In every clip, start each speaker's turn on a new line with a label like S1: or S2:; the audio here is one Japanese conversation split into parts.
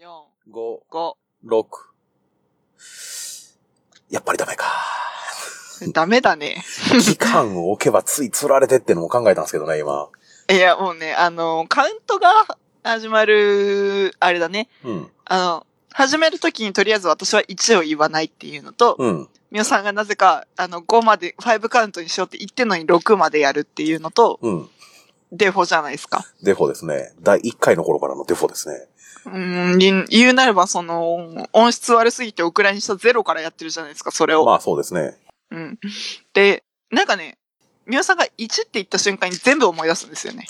S1: 4、
S2: 5、
S1: 5。
S2: 六。やっぱりダメ か。
S1: ダメだね。
S2: 期間を置けばつい釣られてってのも考えたんですけどね、今。
S1: いや、もうね、あの、カウントが始まる、あれだね。
S2: うん。
S1: あの、始めるときにとりあえず私は1を言わないっていうのと、
S2: うん。
S1: みおさんがなぜか、あの、5まで、5カウントにしようって言ってんのに6までやるっていうのと、
S2: うん。
S1: デフォじゃないですか。
S2: デフォですね。第1回の頃からのデフォですね。
S1: うーん、言言うなればその、音質悪すぎてお蔵にしたゼロからやってるじゃないですか、それを。
S2: まあそうですね。
S1: うん。で、なんかね、みおさんが1って言った瞬間に全部思い出すんです よね。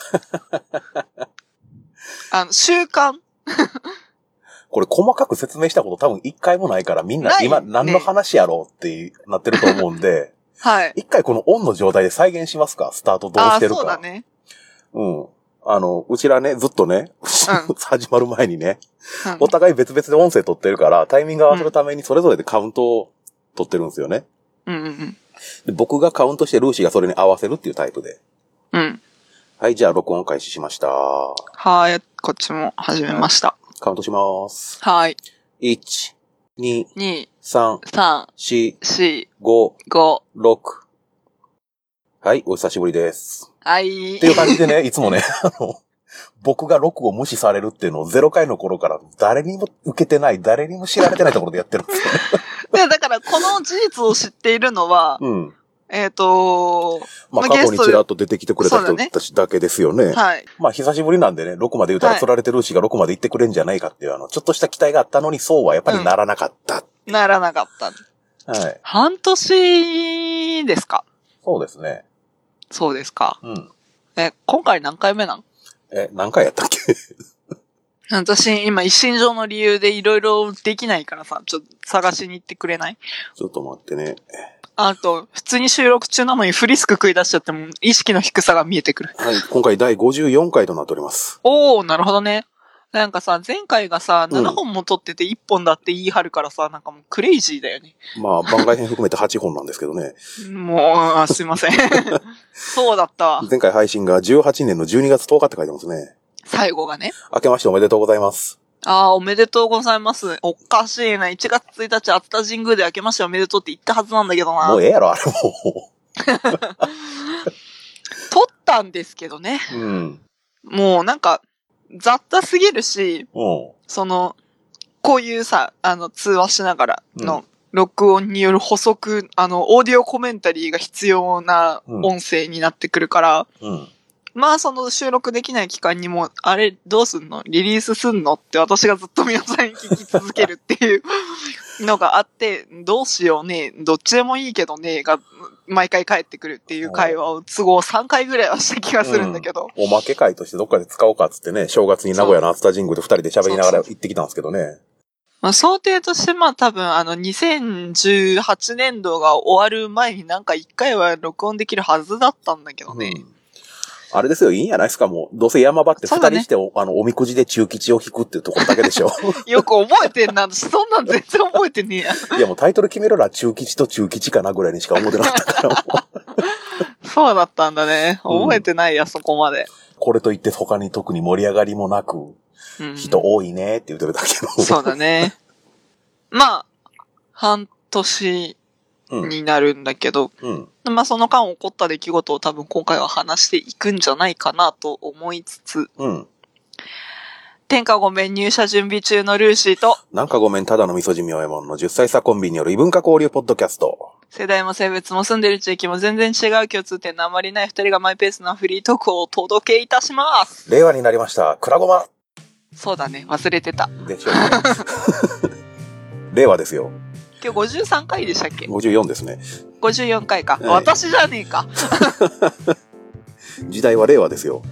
S1: あの、習慣。
S2: これ細かく説明したこと多分1回もないからみんな
S1: ない
S2: 今
S1: ね
S2: 何の話やろうってなってると思うん で、
S1: はい。
S2: 一回このオンの状態で再現しますかスタートどう
S1: ああ
S2: してる
S1: ー
S2: か。
S1: そうだね。
S2: うん。あの、うちらね、ずっとね、
S1: ん
S2: 始まる前にね、
S1: うん
S2: お互い別々で音声取ってるから、タイミング合わせるためにそれぞれでカウントを取ってるんですよね。
S1: うんうん
S2: で僕がカウントしてルーシーがそれに合わせるっていうタイプで。
S1: うん。うん。
S2: はい、じゃあ録音開始しました。
S1: はーい。こっちも始めました。
S2: カウントします。
S1: はーい。
S2: 1、2、
S1: 2、
S2: 3、
S1: 3、
S2: 4、
S1: 4、
S2: 5、
S1: 5。
S2: 6。はい、お久しぶりです。
S1: はい。
S2: っていう感じで ね、いつもね、あの、僕が録を無視されるっていうのをゼロ回の頃から誰にも受けてない、誰にも知られてないところでやってるんですよね。
S1: で、だから、この事実を知っているのは、
S2: うん。
S1: えっ、と
S2: まあ、
S1: ま
S2: 過
S1: あ
S2: 去に
S1: ゲスト
S2: ちらっと出てきてくれた
S1: そう
S2: 人
S1: だね
S2: たちだけですよね。
S1: はい。
S2: まあ、久しぶりなんでね、6まで言うたら
S1: はい
S2: 釣られてるしが6まで行ってくれんじゃないかっていう、あの、ちょっとした期待があったのに、そうはやっぱりならなかった。
S1: ならなかった。
S2: はい。
S1: 半年ですか
S2: そうですね。
S1: そうですか。
S2: うん。
S1: え、今回何回目なん
S2: え、何回やったっ け
S1: 私、今、一身上の理由でいろいろできないからさ、ちょっと探しに行ってくれない
S2: ちょっと待ってね。
S1: あと、普通に収録中なのにフリスク食い出しちゃっても、意識の低さが見えてくる。
S2: はい、今回第54回となっております。
S1: おー、なるほどね。なんかさ、前回がさ、
S2: うん
S1: 7本も撮ってて1本だって言い張るからさ、なんかもうクレイジーだよね。
S2: まあ、番外編含めて8本なんですけどね。
S1: もうあ、す いません。そうだったわ。
S2: 前回配信が18年の12月10日って書いてますね。
S1: 最後がね。
S2: 明けましておめでとうございます。
S1: ああ、おめでとうございます。おかしいな。1月1日、熱田神宮で明けましておめでとうって言ったはずなんだけどな。
S2: もう
S1: 取
S2: ええやろ、あれも
S1: ったんですけどね。
S2: う。うん。
S1: もうなんか、雑多すぎるし、
S2: うん。
S1: その、こういうさ、あの、通話しながら
S2: う
S1: の録音による補足、あの、オーディオコメンタリーが必要な
S2: うん
S1: 音声になってくるから、
S2: うん。
S1: まあその収録できない期間にも、あれ、どうすんのリリースすんのって私がずっと皆さんに聞き続けるっていうのがあって、どうしようね、どっちでもいいけどね、が、毎回帰ってくるっていう会話を都合3回ぐらいはした気がするんだけど。
S2: おまけ会としてどっかで使おうかっつってね、正月に名古屋の熱田神宮で二人で喋りながら行ってきたんですけどね。
S1: まあ、想定として、まあ多分、あの、2018年度が終わる前になんか一回は録音できるはずだったんだ けどね。
S2: うんあれですよ、いいんじゃないですか、もう。どうせ山場って二
S1: そうだね
S2: 人してお、あの、おみくじで中吉を引くっていうところだけで しょ。
S1: よく覚えてんな。私そんなん全然覚えてねえや。
S2: いや、もうタイトル決めるなら中吉と中吉かなぐらいにしか思ってなかった から、もう
S1: そうだったんだね。
S2: うん
S1: 覚えてないや、そこまで。
S2: これといって他に特に盛り上がりもなく、
S1: うん、
S2: 人多いねって言ってるだけの。
S1: そうだね。まあ、半年
S2: うん。
S1: になるんだけど、
S2: うん。
S1: まあその間起こった出来事を多分今回は話していくんじゃないかなと思いつつ、
S2: うん。
S1: 天下ごめん入社準備中のルーシーと、
S2: なんかごめん、ただの味噌汁みおえもんの10歳差コンビによる異文化交流ポッドキャスト。
S1: 世代も性別も住んでる地域も全然違う共通点のあまりない二人がマイペースなフリートークをお届けいたします。
S2: 令和になりました。くらごま
S1: そうだね、忘れてた。
S2: でしょう か。 令和ですよ。
S1: 今日53回でしたっけ
S2: 54ですね。
S1: ?54 回か。
S2: はい
S1: 私じゃねえか。
S2: 時代は令和ですよ。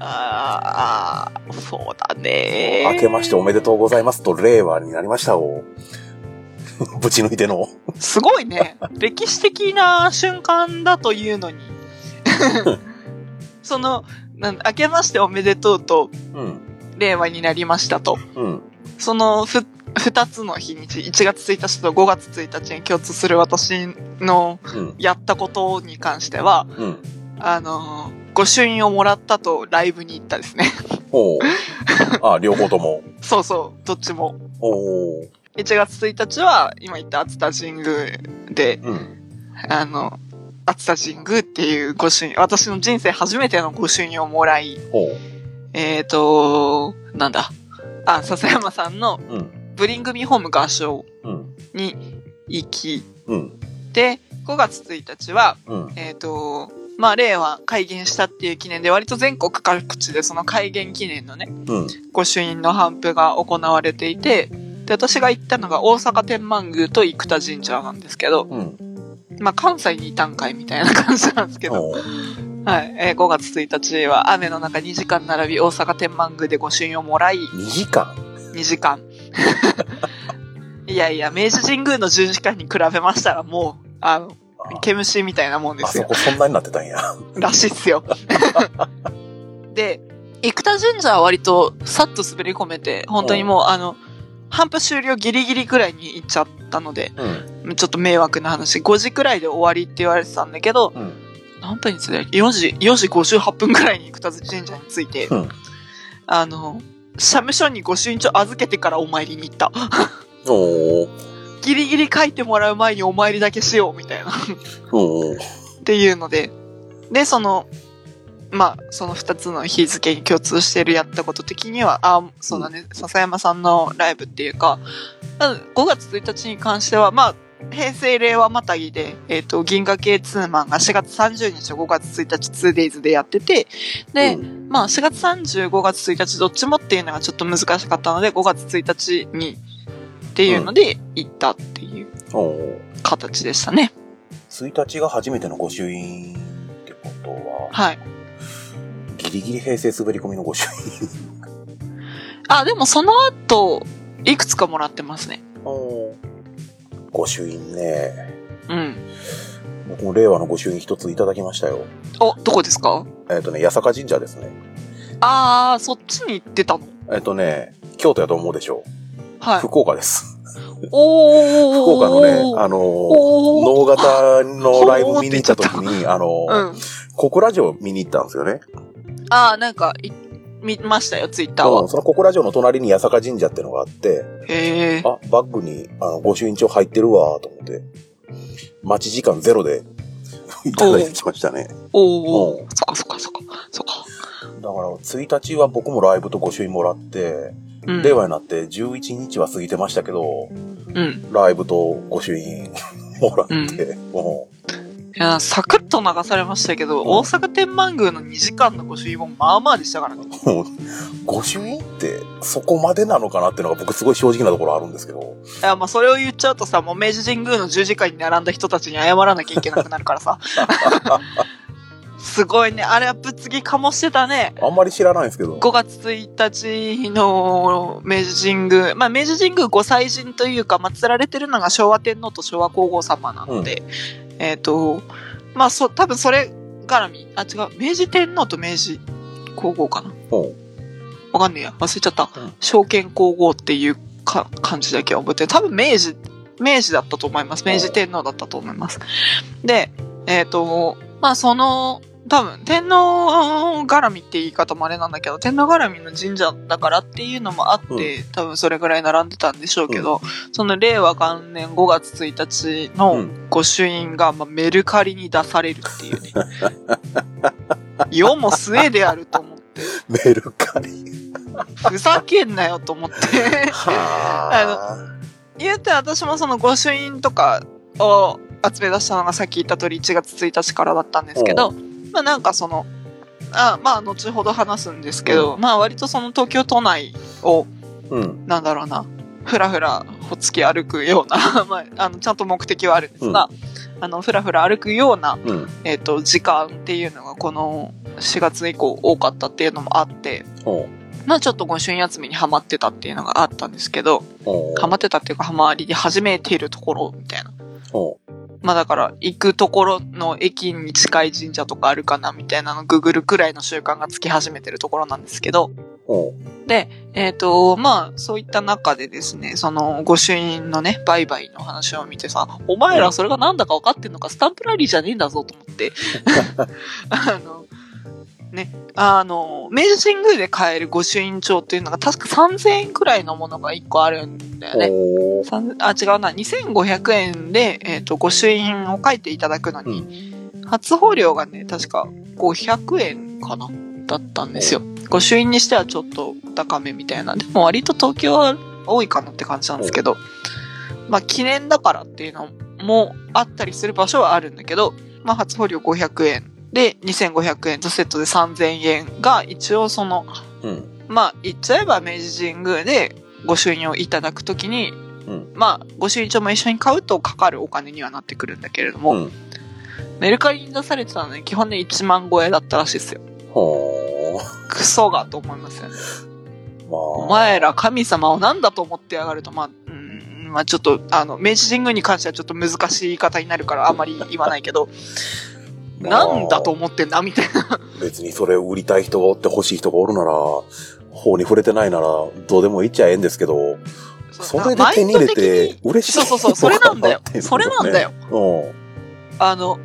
S1: あーあー、そうだね。
S2: 明けましておめでとうございますと令和になりましたを。 ぶち抜いての。
S1: すごいね。歴史的な瞬間だとい うのに。その、なん明けましておめでとうと、
S2: うん。
S1: 令和になりましたと。
S2: うん。
S1: そのふ、二つの日にち、1月1日と5月1日に共通する私の
S2: うん。
S1: やったことに関しては、
S2: うん。
S1: あのー、御朱印をもらったとライブに行ったですね。
S2: おおうあ、両方とも。
S1: そうそう、どっちも。
S2: おう
S1: 1月1日は、今言った熱田神宮で、
S2: うん。
S1: あの、熱田神宮っていう御朱印、私の人生初めての御朱印をもらい、
S2: ほう。
S1: えーと、なんだ。あ、笹山さんの
S2: うん。
S1: ブリングミホーム合唱
S2: うん。
S1: に行き、
S2: うん。
S1: で、5月1日は、
S2: うん。
S1: えっ、と、まあ、令和改元したっていう記念で、割と全国各地でその改元記念のね、
S2: うん。
S1: 御朱印の頒布が行われていて、で、私が行ったのが大阪天満宮と生田神社なんですけど、
S2: うん。
S1: まあ、関西にいたんかいみたいな感じなんですけど、
S2: おう
S1: はい、えー5月1日は雨の中2時間並び大阪天満宮で御朱印をもらい、
S2: 二時間
S1: 2時間。 いやいや、明治神宮の十字架に比べましたらもう、あの、毛虫みたいなもんで
S2: あ
S1: す
S2: そ
S1: よ。
S2: こそんなになってたんや。
S1: らしいっすよ。で、生田神社は割とさっと滑り込めて、本当にもうあの、半布終了ギリギリくらいに行っちゃったので、
S2: うん。
S1: ちょっと迷惑な話、5時くらいで終わりって言われてたんだけど、
S2: うん。
S1: 何分につれ ?4 時、4時58分くらいに生田神社に着い て、
S2: うん
S1: あの、社務所に御朱印帳預けてからお参りに行った。
S2: おう
S1: ギリギリ書いてもらう前にお参りだけしようみたいなっ
S2: おう
S1: ていうので。で、その、まあ、その二つの日付に共通してるやったこと的には、あそうだね、笹山さんのライブっていうか、まず5月1日に関しては、まあ、平成令和またぎで、えっ、と、銀河系ツーマンが4月30日、5月1日、2days でやってて、で、
S2: うん
S1: まあ4月30、5月1日どっちもっていうのがちょっと難しかったので、5月1日にっていうので行ったっていう
S2: おう
S1: 形でしたね。
S2: 一日が初めての御朱印ってことは、
S1: はい。
S2: ギリギリ平成滑り込みの御朱印。
S1: あ、でもその後、いくつかもらってますね。
S2: おう御朱印ね。
S1: うん。
S2: 僕も令和の御朱印一ついただきましたよ。
S1: お、どこですか
S2: えっ、とね、八坂神社ですね。
S1: あー、そっちに行ってたの
S2: えっ、とね、京都やと思うでしょう。
S1: はい。
S2: 福岡です。
S1: おー。
S2: 福岡のね、あのー、能
S1: おー。
S2: 型のライブ見に行った時に、あのー、
S1: うん。
S2: ココラジオ見に行ったんですよね。
S1: あー、なんか、い見ましたよ、ツイッター
S2: うん
S1: は。
S2: そのココラジオの隣に八坂神社ってのがあって、
S1: へー。
S2: あ、バッグに、あの、御朱印帳入ってるわーと思って、待ち時間ゼロでいただいてきましたね。
S1: おー。
S2: うん
S1: そっかそっかそっか。そっか。
S2: だから、1日は僕もライブと御朱印もらって、
S1: うん。
S2: 令和になって11日は過ぎてましたけど、
S1: うん。
S2: ライブと御朱印もらって、も
S1: いやー、サクッと流されましたけど、大阪天満宮の2時間の御朱印もまあまあでしたからね。
S2: う、もう御朱印ってそこまでなのかなっていうのが僕すごい正直なところあるんですけど、
S1: いや、まあ、それを言っちゃうとさ、もう明治神宮の十字架に並んだ人たちに謝らなきゃいけなくなるからさ。すごいね。あれはぶつぎかもしてたね。
S2: あんまり知らないんですけど、
S1: 5月1日の明治神宮。まあ、明治神宮御祭神というか、祀られてるのが昭和天皇と昭和皇后様なので、えっ、と、まあ、そ、多分それ絡み。あ、違う。明治天皇と明治皇后かな。
S2: も
S1: わかんねえや。忘れちゃった
S2: うん。
S1: 証券皇后っていうか漢字だけは覚えてる。多分明治、明治だったと思います。明治天皇だったと思います。で、えっ、と、まあその、多分天皇絡みって言い方もあれなんだけど、天皇絡みの神社だからっていうのもあって、多分それぐらい並んでたんでしょうけど、その令和元年5月1日
S2: う
S1: の
S2: ん
S1: 御朱印が、まあ、メルカリに出されるって いうね。世も末であると思って。
S2: うメル カリ。
S1: ふざけんなよと思って。
S2: は
S1: 言うて私もその御朱印とかを集め出したのがさっき言った通り1月1日からだったんですけど、まあなんかその、あまあ後ほど話すんですけど、まあ割とその東京都内を、
S2: ぁ。うん。
S1: なんだろうな、ふらふらほつき歩くような、 まあ、あのちゃんと目的はあるんですが、あのふらふら歩くような、
S2: うん。
S1: えっと時間っていうのがこの4月以降多かったっていうのもあって、
S2: ほ
S1: まあちょっと御朱印集めにハマってたっていうのがあったんですけど、
S2: うほう
S1: ハマってたっていうかハマりで始めているところみたいな。
S2: ほ
S1: まあだから行くところの駅に近い神社とかあるかなみたいなのググるくらいの習慣がつき始めてるところなんですけど、
S2: うほ
S1: えっ、と、まあそういった中でですね、その御朱印のね、売買の話を見てさ、お前らそれがなんだか分かってんのか、スタンプラリーじゃねえんだぞと思って、あの、あの、明治神宮で買える御朱印帳っていうのが確か3000円くらいのものが1個あるんだよね。
S2: おー
S1: さんあ、違うな。2500円で、えっ、と、御朱印を書いていただくのに、初folio がね、確か500円かなだったんですよ。御朱印にしてはちょっと高めみたいな。でも割と東京は多いかなって感じなんですけど、まあ、記念だからっていうのもあったりする場所はあるんだけど、まあ、初folio 500円で2500円とセットで3000円が一応その、
S2: うん。
S1: まあ、言っちゃえば明治神宮で御朱印をいただくときに、
S2: うん
S1: まあ、御朱印帳も一緒に買うとかかるお金にはなってくるんだけれども、
S2: うん
S1: メルカリに出されてたので、基本で1万超えだったらしいですよ。
S2: ほー。
S1: クソがと思いますよね。
S2: まあ。
S1: お前ら神様を何だと思ってやがると、まあ、うん、まあちょっと、あの、明治神宮に関してはちょっと難しい言い方になるからあんまり言わないけど、
S2: まあ
S1: なんだと思ってんだみたいな。
S2: 別にそれを売りたい人がおって欲しい人がおるなら、法に触れてないなら、どうでもいいっちゃええんですけど、それで手に入れ
S1: マインド的
S2: て
S1: に
S2: 嬉しい
S1: そうそうそう、それなんだ よ
S2: のかってい。うの
S1: そ
S2: もね
S1: れなんだよ。 あの、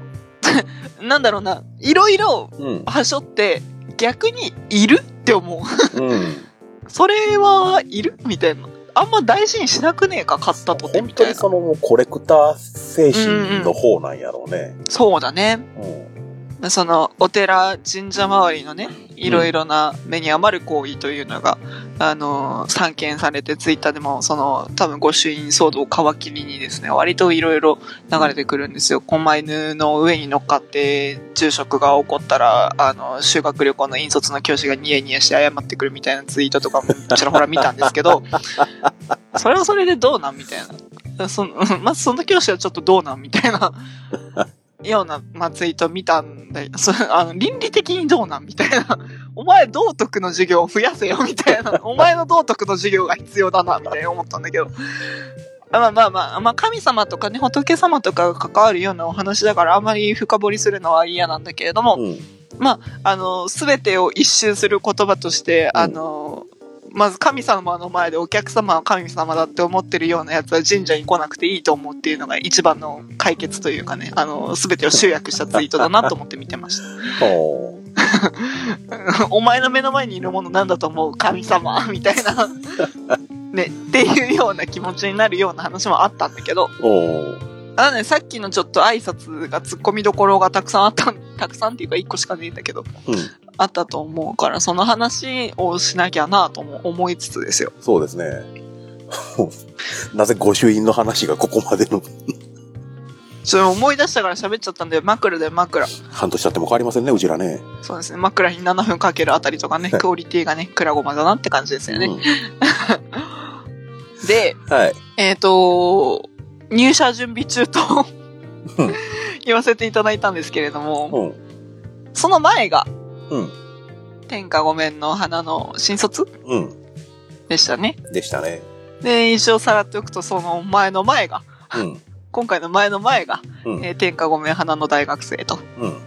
S1: なんだろうな、いろいろ
S2: うん。うん。
S1: はしょって、逆にいるって思う。
S2: うん。
S1: それはいるみたいな。あんま大事にしなくねえか、買ったとて
S2: 本
S1: みた
S2: 当
S1: いな。
S2: に
S1: そ
S2: そのもうコレクター精神の方なんやろうね。
S1: うだね。
S2: うん。
S1: その、お寺、神社周りのね、いろいろな目に余る行為というのが、あの、散見されて、ツイッターでも、その、多分御朱印騒動を皮切りにですね、割といろいろ流れてくるんですよ。狛犬の上に乗っかって、住職が怒ったら、あの、修学旅行の引率の教師がニヤニヤして謝ってくるみたいなツイートとかもちらほら見たんですけど、それはそれでどうなんみたいな。その、 まずその教師はちょっとどうなんみたいな、ような、まあ、ツイート見たんだよ。そあの、倫理的にどうなんみたいな。お前道徳の授業を増やせよみたいな。お前の道徳の授業が必要だな、みたいに思ったんだけど。まあまあまあ、まあ神様とかね、仏様とかが関わるようなお話だから、あまり深掘りするのは嫌なんだけれども、
S2: うん。
S1: あの、すべてを一周する言葉として、
S2: うん
S1: あの、まず神様の前でお客様は神様だって思ってるようなやつは神社に来なくていいと思うっていうのが一番の解決というかね、あの、すべてを集約したツイートだなと思って見て ました。
S2: ほう
S1: お前の目の前にいるものなんだと思う神様みたい な。ね、っていうような気持ちになるような話もあったんだけど、
S2: おう
S1: あのね、さっきのちょっと挨拶が突っ込みどころがたくさんあった、たくさんっていうか一個しかねえんだけど、
S2: うん。
S1: あったと思うから、その話をしなきゃなとも思いつつですよ。
S2: そうですね。 なぜ御朱印の話がここまでの
S1: ちょっと思い出したから喋っちゃったんで、枕で枕。
S2: 半年経っても変わりませんね、うちらね。
S1: そうですね、枕に7分かけるあたりとかね、
S2: はい
S1: クオリティがね、くらごまだなって感じですよ
S2: う
S1: ね。
S2: ん
S1: で、
S2: はい。
S1: えっ、と、入社準備中と
S2: うん
S1: 言わせていただいたんですけれども、
S2: うん。
S1: その前が、
S2: うん
S1: 天下御免の花の新卒
S2: うん。
S1: でしたね。
S2: でしたね。
S1: で、一応さらっておくと、その前の前が、
S2: うん。
S1: 今回の前の前が、
S2: うん。
S1: えー天下御免花の大学生と
S2: うん。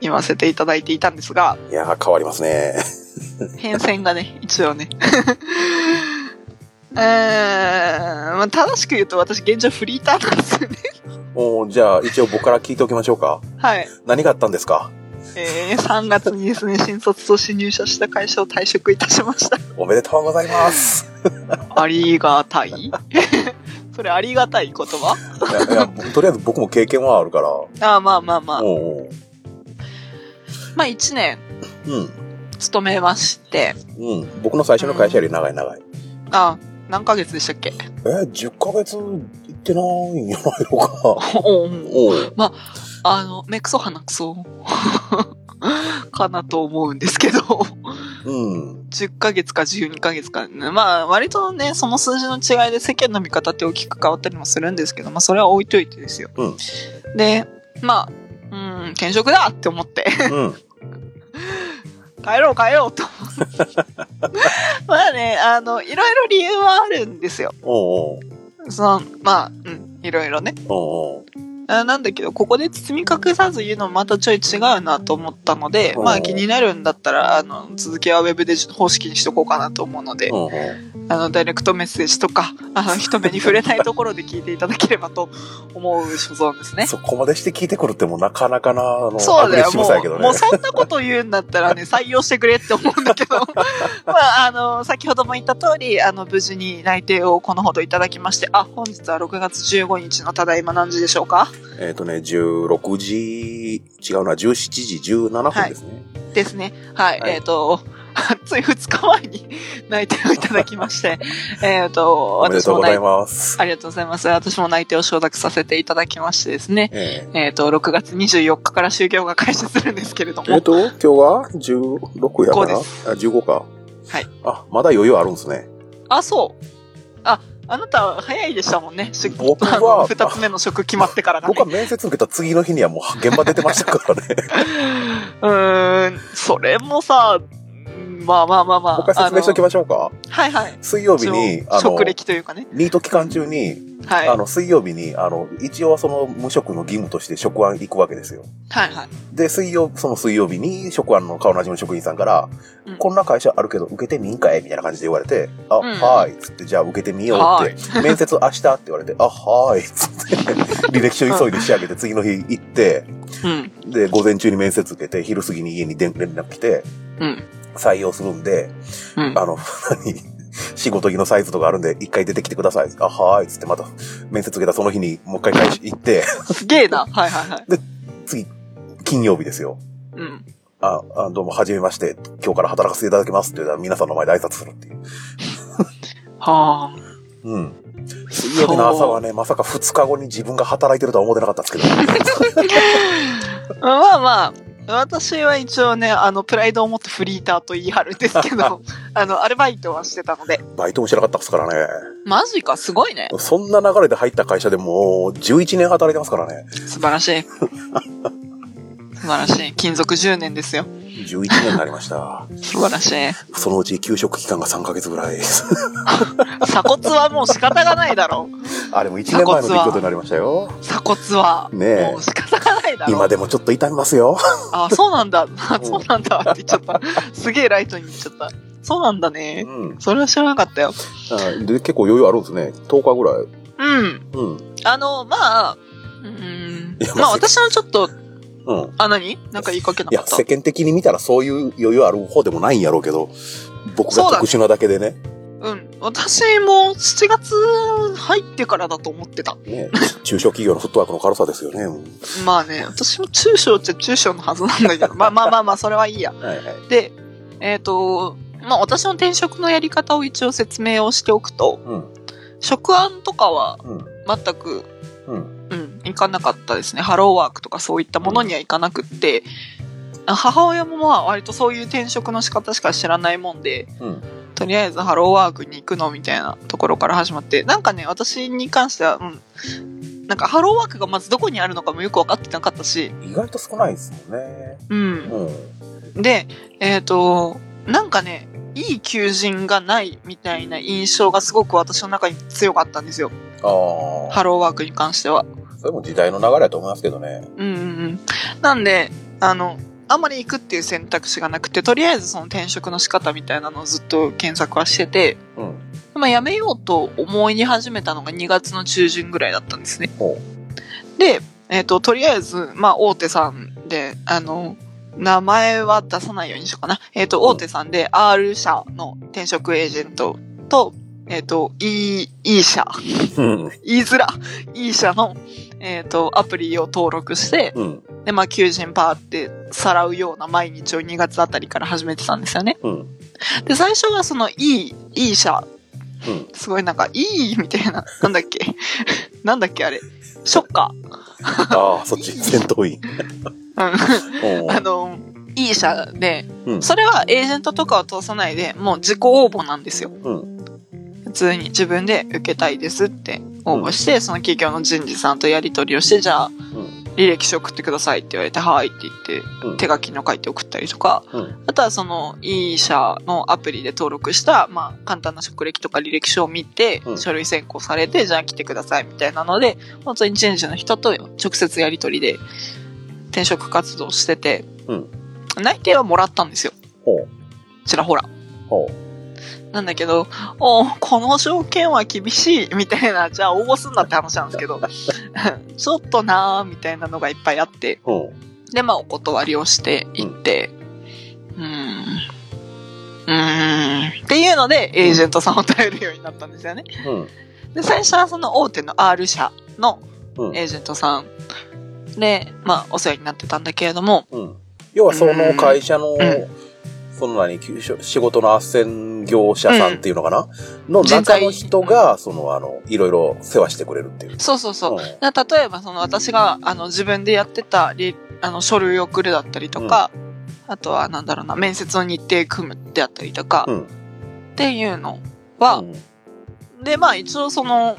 S1: 言わせていただいていたんですが、
S2: いやー、変わりますね。
S1: 変遷がね、一応ね。 えーまあ、正しく言うと私現状フリーターなんですよね。
S2: おーじゃあ、一応僕から聞いておきましょうか。
S1: はい。
S2: 何があったんですか
S1: えー、3月にですね、新卒として入社した会社を退職いたしました。
S2: おめでとうございます。
S1: ありがたい それありがたい言葉
S2: いや、いやとりあえず僕も経験はあるから。
S1: あーまあまあまあ。
S2: おうおう
S1: まあ1年
S2: うん。
S1: 勤めまして、
S2: うん。僕の最初の会社より長い長い。
S1: あ何ヶ月でしたっけ
S2: えー、10ヶ月行ってないんじゃないのか。
S1: おう
S2: おう
S1: あの、目くそ鼻くそ。 かなと思うんですけど、
S2: うん。
S1: 10ヶ月か12ヶ月か、まあ割とね、その数字の違いで世間の見方って大きく変わったりもするんですけど、まあそれは置いといてですよ。
S2: うん
S1: で、まあ、うん、転職だって思って、
S2: うん。
S1: 帰ろう帰ろうと。 まあね、あの、いろいろ理由はあるんですよ。
S2: おうおう
S1: その、まあ、うん、いろいろね。
S2: おうおう
S1: あなんだけど、ここで包み隠さず言うのもまたちょい違うなと思ったので、
S2: うん
S1: まあ気になるんだったら、あの、続きはウェブで方式にしとこうかなと思うので、
S2: うん
S1: あの、ダイレクトメッセージとか、あの、人目に触れないところで聞いていただければと 思う所存ですね。
S2: そこまでして聞いてくるってもうなかなかな、あの、
S1: そ
S2: ア
S1: う
S2: グ
S1: だ
S2: レッ
S1: よ、
S2: シブ
S1: も
S2: さやけど
S1: う、
S2: ね
S1: もう。そんなこと言うんだった らね、採用してくれって思うんだけど、ま あ、あの、先ほども言った通り、あの、無事に内定をこのほどいただきまして、あ、本日は6月15日のただいま何時でしょうか
S2: えっ、とね、16時、違うな、17時17分ですね。
S1: ですね。はい、
S2: はい
S1: えっ、と、 つい2日前に 内定をいただきまして、えっと、
S2: おめで
S1: 私
S2: とう
S1: も
S2: ござい
S1: 内
S2: ます。
S1: ありがとうございます。私も内定を承諾させていただきましてですね、
S2: ええ
S1: えっ、と、6月24日から就業が開始するんですけれど
S2: えっ
S1: も、
S2: と、今日は16やか
S1: こう
S2: ら
S1: で
S2: あ、15か。
S1: はい。
S2: あ、まだ余裕あるんですね。
S1: あ、そう。あ、あなた早いでしたもんね。出
S2: 僕は
S1: あの二つ目の職決まってからが、ね
S2: 僕。は面接受けた次の日にはもう現場出てましたからね。
S1: うーん、それもさ、まあまあ まあま
S2: もう一回
S1: あ。
S2: 説明しておき
S1: ま
S2: ましょうか。
S1: す。はいはい。
S2: 水曜日に、あの
S1: 職、歴というかね。
S2: ニート期間中に、
S1: はい。
S2: あ
S1: はい
S2: の、水曜日に、あの、一応はその無職の義務として職案行くわけですよ。
S1: はい。
S2: で、水曜、その水曜日に、職案の顔なじみの職員さんから、
S1: うん
S2: こんな会社あるけど受けてみんかいみたいな感じで言われて、あ、
S1: うん
S2: はーい、つって、じゃあ受けてみよう
S1: は
S2: って、面接明日って言われて、あ、はーい、つって、履歴書急いで仕上げて、次の日行って、
S1: うん。
S2: で、午前中に面接受けて、昼過ぎに家に連連絡来て、
S1: うん。
S2: 採用するんで、
S1: うん。
S2: あの、何仕事着のサイズとかあるんで、一回出てきてください。あ、はーい、つって、また、面接受けたその日に、もう一回会社行って、
S1: すげえな。はいはいはい。
S2: 次、金曜日ですよ。
S1: うん。
S2: あ、あどうも、はじめまして。今日から働かせていただきますって言ったら、皆さんの前で挨拶するっていう。
S1: はあ。
S2: うん。水曜日の朝はね、まさか2日後に自分が働いてるとは思ってなかったんですけど。
S1: まあまあ、私は一応ね、あの、プライドを持ってフリーターと言い張るんですけ ど、あの、アルバイトはしてたので。
S2: バイトもしてなかったですからね。
S1: マジか、すごいね。
S2: そんな流れで入った会社でもう、11年働いてますからね。
S1: 素晴らしい。素晴らしい。勤続10年ですよ。
S2: 11年になりました。
S1: 素晴らしい。
S2: そのうち休職期間が3ヶ月ぐらい。
S1: 鎖骨はもう仕方がないだろう。
S2: あれも1年前の出来事になりましたよ。
S1: 鎖骨は。
S2: ねえ
S1: もう仕方がないだろう。
S2: 今でもちょっと痛みますよ。
S1: あ、そうなん だ。あそうなんだって言っちゃった。すげえライトに言っちゃった。そうなんだね。
S2: うん。
S1: それは知らなかったよ。
S2: で、結構余裕あるんですね。10日ぐらい。
S1: うん。
S2: うん。
S1: あの、まあ、うーん
S2: いや。
S1: まあ
S2: まあ
S1: 私はちょっと、
S2: うん。
S1: あ、何なんか言いかけないか
S2: や、
S1: った
S2: 世。間的に見たらそういう余裕ある方でもないんやろうけど、僕が特殊なだけでね。
S1: うん。私も7月入ってからだと思ってた。
S2: ね 中小企業のフットワークの軽さですよね。
S1: まあね、私も中小っちゃ中小のはずなんだけど、まあまあまあまあ、それはいいや。
S2: はいはい。
S1: で、えっ、と、まあ私の転職のやり方を一応説明をしておくと、
S2: うん。
S1: 職案とかは
S2: うん。
S1: 全く、
S2: うん。
S1: うん、行かなかったですね。ハローワークとかそういったものには行かなくって、あ母親もまあ割とそういう転職の仕方しか知らないもんで、
S2: うん。
S1: とりあえずハローワークに行くのみたいなところから始まって、なんかね、私に関しては、うん、なんかハローワークがまずどこにあるのかもよく分かってなかったし、
S2: 意外と少ないですもんね。
S1: うん。
S2: うん。
S1: で、えっ、と、なんかね、いい求人がないみたいな印象がすごく私の中に強かったんですよ。
S2: あ
S1: ハローワークに関しては。
S2: あ。それも時代の流れだと思いますけどね。
S1: うんうんうん。なんで、あの、あんまり行くっていう選択肢がなくて、とりあえずその転職の仕方みたいなのをずっと検索はしてて、
S2: うん。
S1: まあ辞めようと思い始めたのが2月の中旬ぐらいだったんですね。
S2: ほ
S1: で、えっ、と、とりあえず、まあ、大手さんで、あの、名前は出さないようにしようかな。えっ、と、大手さんで R 社の転職エージェントと、えっ、と、E、E 社、
S2: う。うん。
S1: 言いづら、E 社の、えっ、と、アプリを登録して、
S2: うん。
S1: で、まあ、求人パーってさらうような毎日を2月あたりから始めてたんですよね。
S2: うん。
S1: で、最初はその E、E 社、
S2: うん。
S1: すごいなんか、いいみたい な、なんだっけなんだっけあれ。ショッカ
S2: ああ、そっち、戦闘 員。
S1: ー。うん。
S2: うん
S1: あの、いい社で、
S2: うん
S1: それはエージェントとかを通さないで、もう自己応募なんですよ。
S2: うん。
S1: 普通に自分で受けたいですって応募して、その企業の人事さんとやり取りをして、じゃあ、
S2: うん。
S1: 履歴書送ってくださいって言われて、はいって言って、
S2: うん
S1: 手書きの書いて送ったりとか、
S2: うん。
S1: あとはその、いい社のアプリで登録した、まあ、簡単な職歴とか履歴書を見て
S2: う、ん
S1: 書類選考されて、じゃあ来てくださいみたいなので、本当に人事の人と直接やり取りで転職活動してて、
S2: うん
S1: 内定はもらったんですよ。
S2: ほう。
S1: ちらほら。
S2: ほ
S1: なんだけど、おーこの条件は厳しいみたいな、じゃあ応募すんなって話なんですけど、 ちょっとなーみたいなのがいっぱいあって、
S2: うん。
S1: で、まあ、お断りをしていって、うーん。うーん。っていうので、エージェントさんを頼るようになったんですよね。
S2: うん。
S1: で、最初はその大手の R 社の
S2: うん。
S1: エージェントさんで、まあ、お世話になってたんだけれども、
S2: うん。要はその会社の、
S1: ん
S2: その何、給食仕事の斡旋業者さんっていうのかな、の
S1: 人
S2: 中
S1: 材
S2: の人が、そのあの、いろいろ世話してくれるっていう。
S1: そうそうそ
S2: う
S1: う。だ例えば、その私が、あの、自分でやってたり、あの、書類送るだったりとか、あとは、なんだろうな、面接の日程組むであったりとか、
S2: う
S1: っ
S2: ん。
S1: ていうのは、
S2: うん
S1: でまあ一応その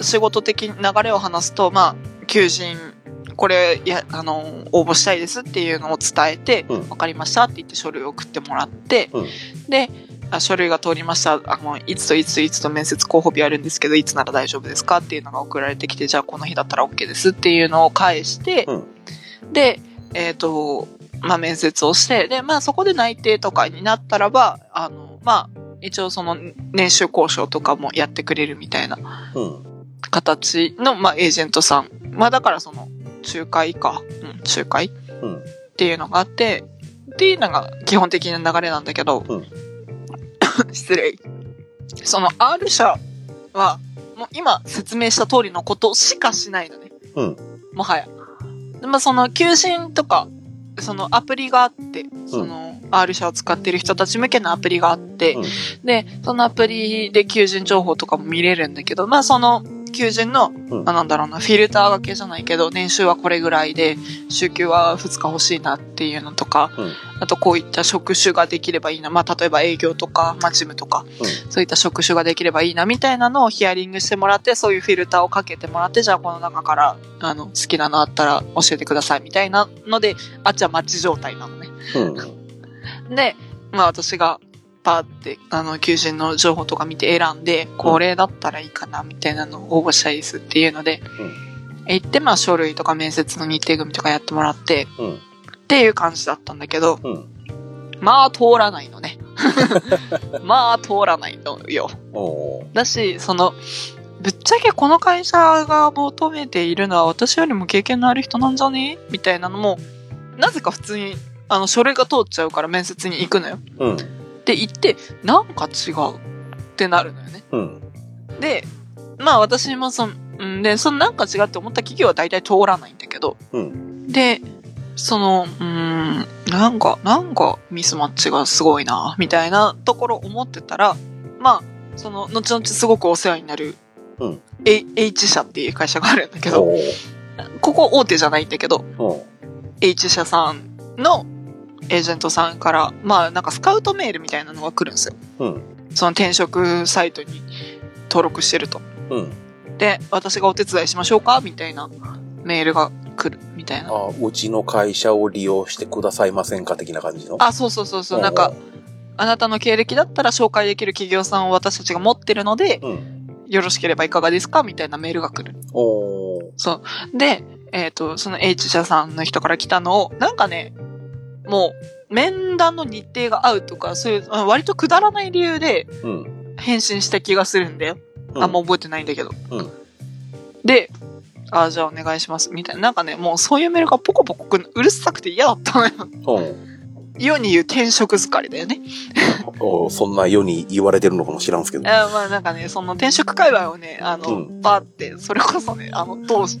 S1: 仕事的流れを話すとまあ求人これいやあの応募したいですっていうのを伝えて、
S2: う
S1: わ
S2: ん
S1: 分かりましたって言って書類を送ってもらって、
S2: うん
S1: であ書類が通りましたあのいつといつといつと面接候補日あるんですけどいつなら大丈夫ですかっていうのが送られてきてじゃあこの日だったら OK ですっていうのを返して、
S2: うん
S1: でえっ、とまあ面接をしてでまあそこで内定とかになったらばあのまあ一応その年収交渉とかもやってくれるみたいな
S2: うん。
S1: 形の、まあ、エージェントさん。まあ、だからその、仲介か。うん、仲介
S2: うん。
S1: っていうのがあって、っていうのが基本的な流れなんだけど、
S2: うん
S1: 失礼。その R 社は、もう今説明した通りのことしかしないのね。
S2: うん
S1: もはや。でまあ、その求人とか、そのアプリがあって、その R 社を使ってる人たち向けのアプリがあって、
S2: うん
S1: で、そのアプリで求人情報とかも見れるんだけど、まあその求人の、
S2: うん
S1: まあなんだろうな、フィルターがけじゃないけど、年収はこれぐらいで、週休は2日欲しいなっていうのとか、
S2: うん
S1: あとこういった職種ができればいいな。まあ、例えば営業とか、まあ、ジムとか、
S2: う
S1: そういった職種ができればいいな、みたいなのをヒアリングしてもらって、そういうフィルターをかけてもらって、じゃあこの中から、あの、好きなのあったら教えてください、みたいなので、あっちはマッチ状態なのね。
S2: ん。うん。
S1: で、まあ私がパーって、あの、求人の情報とか見て選んで、これだったらいいかな、みたいなのを応募したいですっていうので、行って、まあ書類とか面接の日程組とかやってもらって、
S2: うん。
S1: っていう感じだったんだけど、
S2: うん。
S1: まあ通らないの ね。まあ通らないのよ。
S2: おー
S1: だし、その、ぶっちゃけこの会社が求めているのは私よりも経験のある人なんじゃねみたいなのも、なぜか普通に、あの、書類が通っちゃうから面接に行くのよ。
S2: うん。
S1: って言って、なんか違うってなるのよね。
S2: うん。
S1: で、まあ私もその、うんで、そのなんか違うって思った企業は大体通らないんだけど、
S2: うん。
S1: で、その、うーん、なんか、なんかミスマッチがすごいな、みたいなところ思ってたら、まあ、その、後々すごくお世話になる、
S2: うん。
S1: H- H 社っていう会社があるんだけど、
S2: おー
S1: ここ大手じゃないんだけど、
S2: うん
S1: H 社さんのエージェントさんから、まあなんかスカウトメールみたいなのが来るんですよ。
S2: うん。
S1: その転職サイトに登録してると。
S2: うん。
S1: で、私がお手伝いしましょうかみたいなメールが来るみたいな。
S2: あ、うちの会社を利用してくださいませんか的な感じの。
S1: あ、そうそうそうそう。なんか、あなたの経歴だったら紹介できる企業さんを私たちが持ってるので、
S2: おー。うん。
S1: よろしければいかがですかみたいなメールが来る。
S2: おー
S1: で、えっ、と、その H 社さんの人から来たのを、なんかね、もう、面談の日程が合うとか、そういう、あ割とくだらない理由で
S2: うん。
S1: 返信した気がするんだよ。
S2: うん
S1: あんま覚えてないんだけど。
S2: うん
S1: で、あじゃあお願いします。みたいな。なんかね、もうそういうメールがポコポコくるうるさくて嫌だったのよ。
S2: うん。
S1: 世に言う転職疲れだよね。
S2: おーそんな世に言われてるのかもしらんすけど。
S1: あまあなんかね、その転職界隈をね、あの、
S2: うん
S1: バーって、それこそね、あの、当時、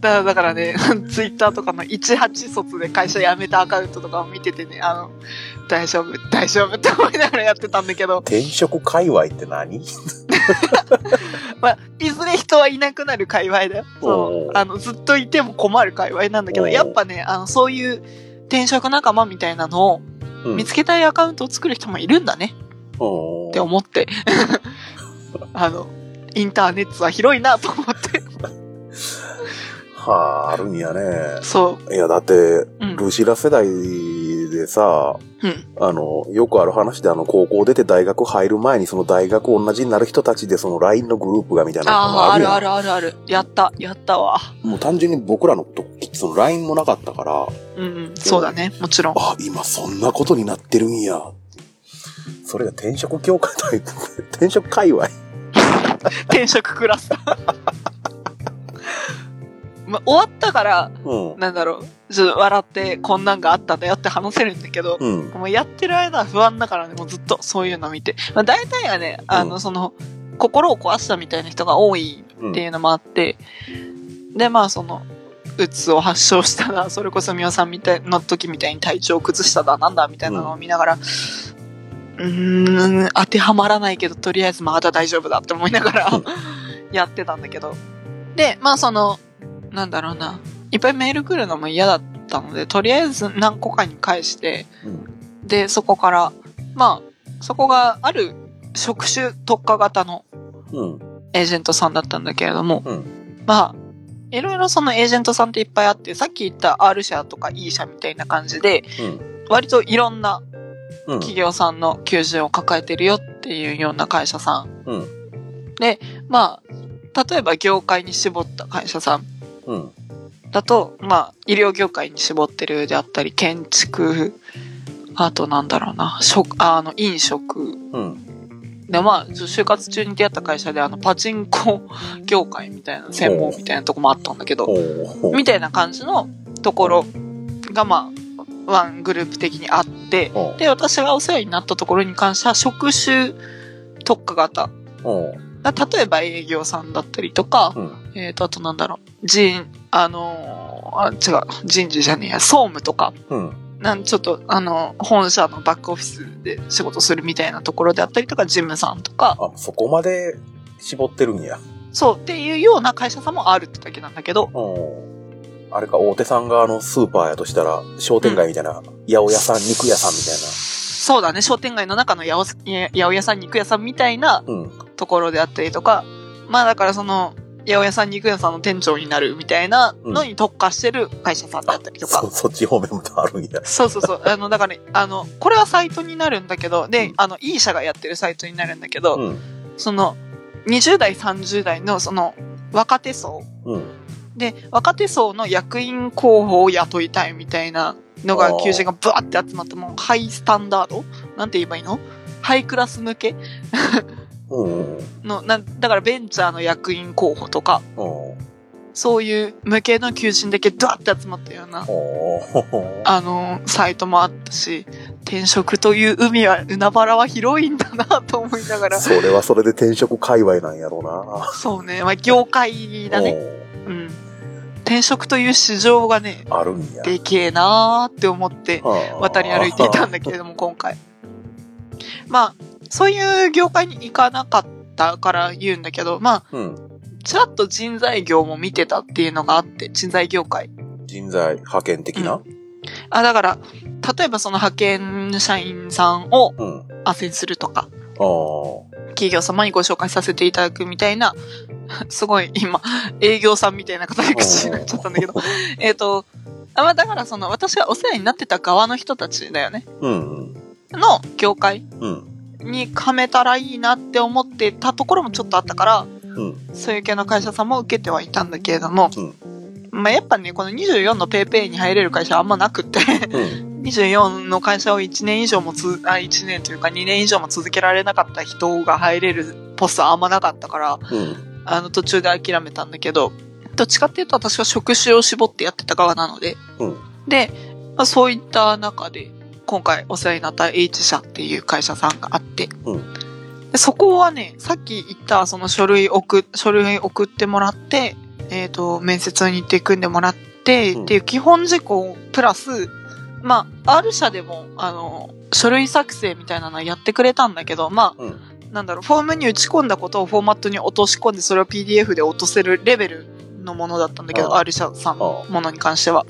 S1: だだからね、 ツイッターとかの18卒で会社辞めたアカウントとかを見ててね、あの、大丈夫、大丈夫って思いながらやってたんだけど、
S2: 転職界隈って何
S1: まあ、いずれ人はいなくなる界隈だよ。そ
S2: お
S1: う。
S2: ー
S1: あの、ずっといても困る界隈なんだけ
S2: お
S1: ど、
S2: ー
S1: やっぱね、あの、そういう転職仲間みたいなのを
S2: うん
S1: 見つけたいアカウントを作る人もいるんだね
S2: おー
S1: って思 って、あの、インターネットは広いなと思って、
S2: はあ、あるんやね。
S1: そ
S2: いや、だって、
S1: う。うん。
S2: ルシラ世代でさ、
S1: うん。
S2: あの、よくある話で、あの、高校出て大学入る前に、その大学同じになる人たちで、その LINE のグループがみたいなの
S1: あ
S2: も
S1: あ、
S2: あ
S1: あ
S2: る
S1: る
S2: やん。
S1: あるあるある。やった、やったわ。
S2: もう単純に僕らの時、その LINE もなかったから、
S1: うんうん、そうだね、もちろん。
S2: あ、今そんなことになってるんや。それが転職業界という、 転職界隈。
S1: 転職クラスタ ー。まあ、終わったから、
S2: うん。
S1: なんだろう、ちょっと笑って、こんなんがあったんだよって話せるんだけど、
S2: うん。
S1: もうやってる間は不安だからね、もうずっとそういうの見て。まあ、大体がね、あの、
S2: う
S1: その、心を壊したみたいな人が多い
S2: うん
S1: っていうのもあって、で、まあその、うつを発症したら、それこそ美輪さんみたいの時みたいに体調を崩しただ、なんだ、みたいなのを見ながら、うーん、当てはまらないけど、とりあえずまだ大丈夫だって思いながら
S2: うん
S1: やってたんだけど。で、まあその、なんだろうな、いっぱいメール来るのも嫌だったので、とりあえず何個かに返して、
S2: うん。
S1: で、そこから、まあ、そこがある職種特化型の
S2: うん。
S1: エージェントさんだったんだけれども、
S2: うん
S1: まあ、いろいろそのエージェントさんっていっぱいあって、さっき言った R 社とか E 社みたいな感じで、
S2: うん。
S1: 割といろんな
S2: うん。
S1: 企業さんの求人を抱えてるよっていうような会社さん。
S2: うん。
S1: まあ、例えば業界に絞った会社さん
S2: うん。
S1: だと、まあ、医療業界に絞ってるであったり、建築、あとなんだろうな、食、あの、飲食。
S2: うん。
S1: で、まあ、就活中に出会った会社で、あの、パチンコ業界みたいな、専門みたいなとこもあったんだけど、
S2: ほうほう。
S1: みたいな感じのところが、まあ、ワングループ的にあって、
S2: ほう
S1: で、私がお世話になったところに関しては、職種特化型。
S2: ほ
S1: だ例えば営業さんだったりとか、
S2: う。うん。
S1: えっ、と、あとなんだろう、人、あのーあ、違う、人事じゃねえや、総務とか、
S2: うん。
S1: なんちょっと、あの、本社のバックオフィスで仕事するみたいなところであったりとか、事務さんとか、
S2: あ、そこまで絞ってるんや。
S1: そうっていうような会社さんもあるってだけなんだけど、
S2: うん。あれか、大手さんがあの、スーパーやとしたら、商店街みたいな、八百屋さん、肉屋さんみたいな。
S1: そうだね、商店街の中の八百八百屋さん、肉屋さんみたいな
S2: うん。
S1: ところであったりとか、まあだからその、八百屋さん、肉屋さんの店長になるみたいなのに特化してる会社さんだったりとか。
S2: そ、 そっち方面もあるんや。
S1: そうそ うそう。あの、だから、ね、あの、これはサイトになるんだけど、
S2: う
S1: で
S2: ん、
S1: あの、いい社がやってるサイトになるんだけど、
S2: うん。
S1: その、20代、30代のその、若手層。
S2: うん。
S1: で、若手層の役員候補を雇いたいみたいなの
S2: あ
S1: が
S2: ー、
S1: 求人がブワーって集まって、もう、ハイスタンダードなんて言えばいいのハイクラス向け
S2: うん。うん。
S1: の、なんだからベンチャーの役員候補とか、
S2: うん。
S1: そういう向けの求人だけドワって集まったような、
S2: おー
S1: あのーサイトもあったし、転職という海は、海原は広いんだなと思いながら、
S2: それはそれで転職界隈なんやろう
S1: そうね、まあ、業界
S2: な。
S1: だね。
S2: う
S1: うん。転職という市場がね、
S2: んあるんや。
S1: でけえなーって思って渡
S2: 渡
S1: り歩いていたんだけれども、今回。まあ、そういう業界に行かなかったから言うんだけど、まあ、
S2: うん。
S1: ちらっと人材業も見てたっていうのがあって、人材業界。
S2: 人材派遣的な。
S1: あ、だから、例えばその派遣社員さんを
S2: うん。あ
S1: 斡旋するとか、
S2: あー。
S1: 企業様にご紹介させていただくみたいな、すごい今、営業さんみたいな語り口になっちゃったんだけど、えっと、あまあ、だからその私がお世話になってた側の人たちだよね、
S2: うん。
S1: の業界
S2: うん。
S1: に噛めたらいいなって思ってたところもちょっとあったから、
S2: うん。
S1: そういう系の会社さんも受けてはいたんだけれども、
S2: うん
S1: まあやっぱね、この24のペイペイに入れる会社はあんまなくって、
S2: うん。
S1: 24の会社を1年以上もつ、あ、1年というか2年以上も続けられなかった人が入れるポストはあんまなかったから、
S2: うん。
S1: あの途中で諦めたんだけど、どっちかっていうと私は職種を絞ってやってた側なので、
S2: うん
S1: で、まあ、そういった中で、今回お世話になった H 社っていう会社さんがあって、
S2: う
S1: でそこはね、さっき言ったその書類送、書類送ってもらって、えっ、と、面接に行って組んでもらって、
S2: うん
S1: っていう基本事項プラス、まあ、R 社でも、あの、書類作成みたいなのはやってくれたんだけど、まあ、
S2: うん。
S1: なんだろう、フォームに打ち込んだことをフォーマットに落とし込んで、それを PDF で落とせるレベルのものだったんだけ
S2: あ
S1: ど、
S2: あ
S1: R 社さん
S2: あ
S1: のものに関しては。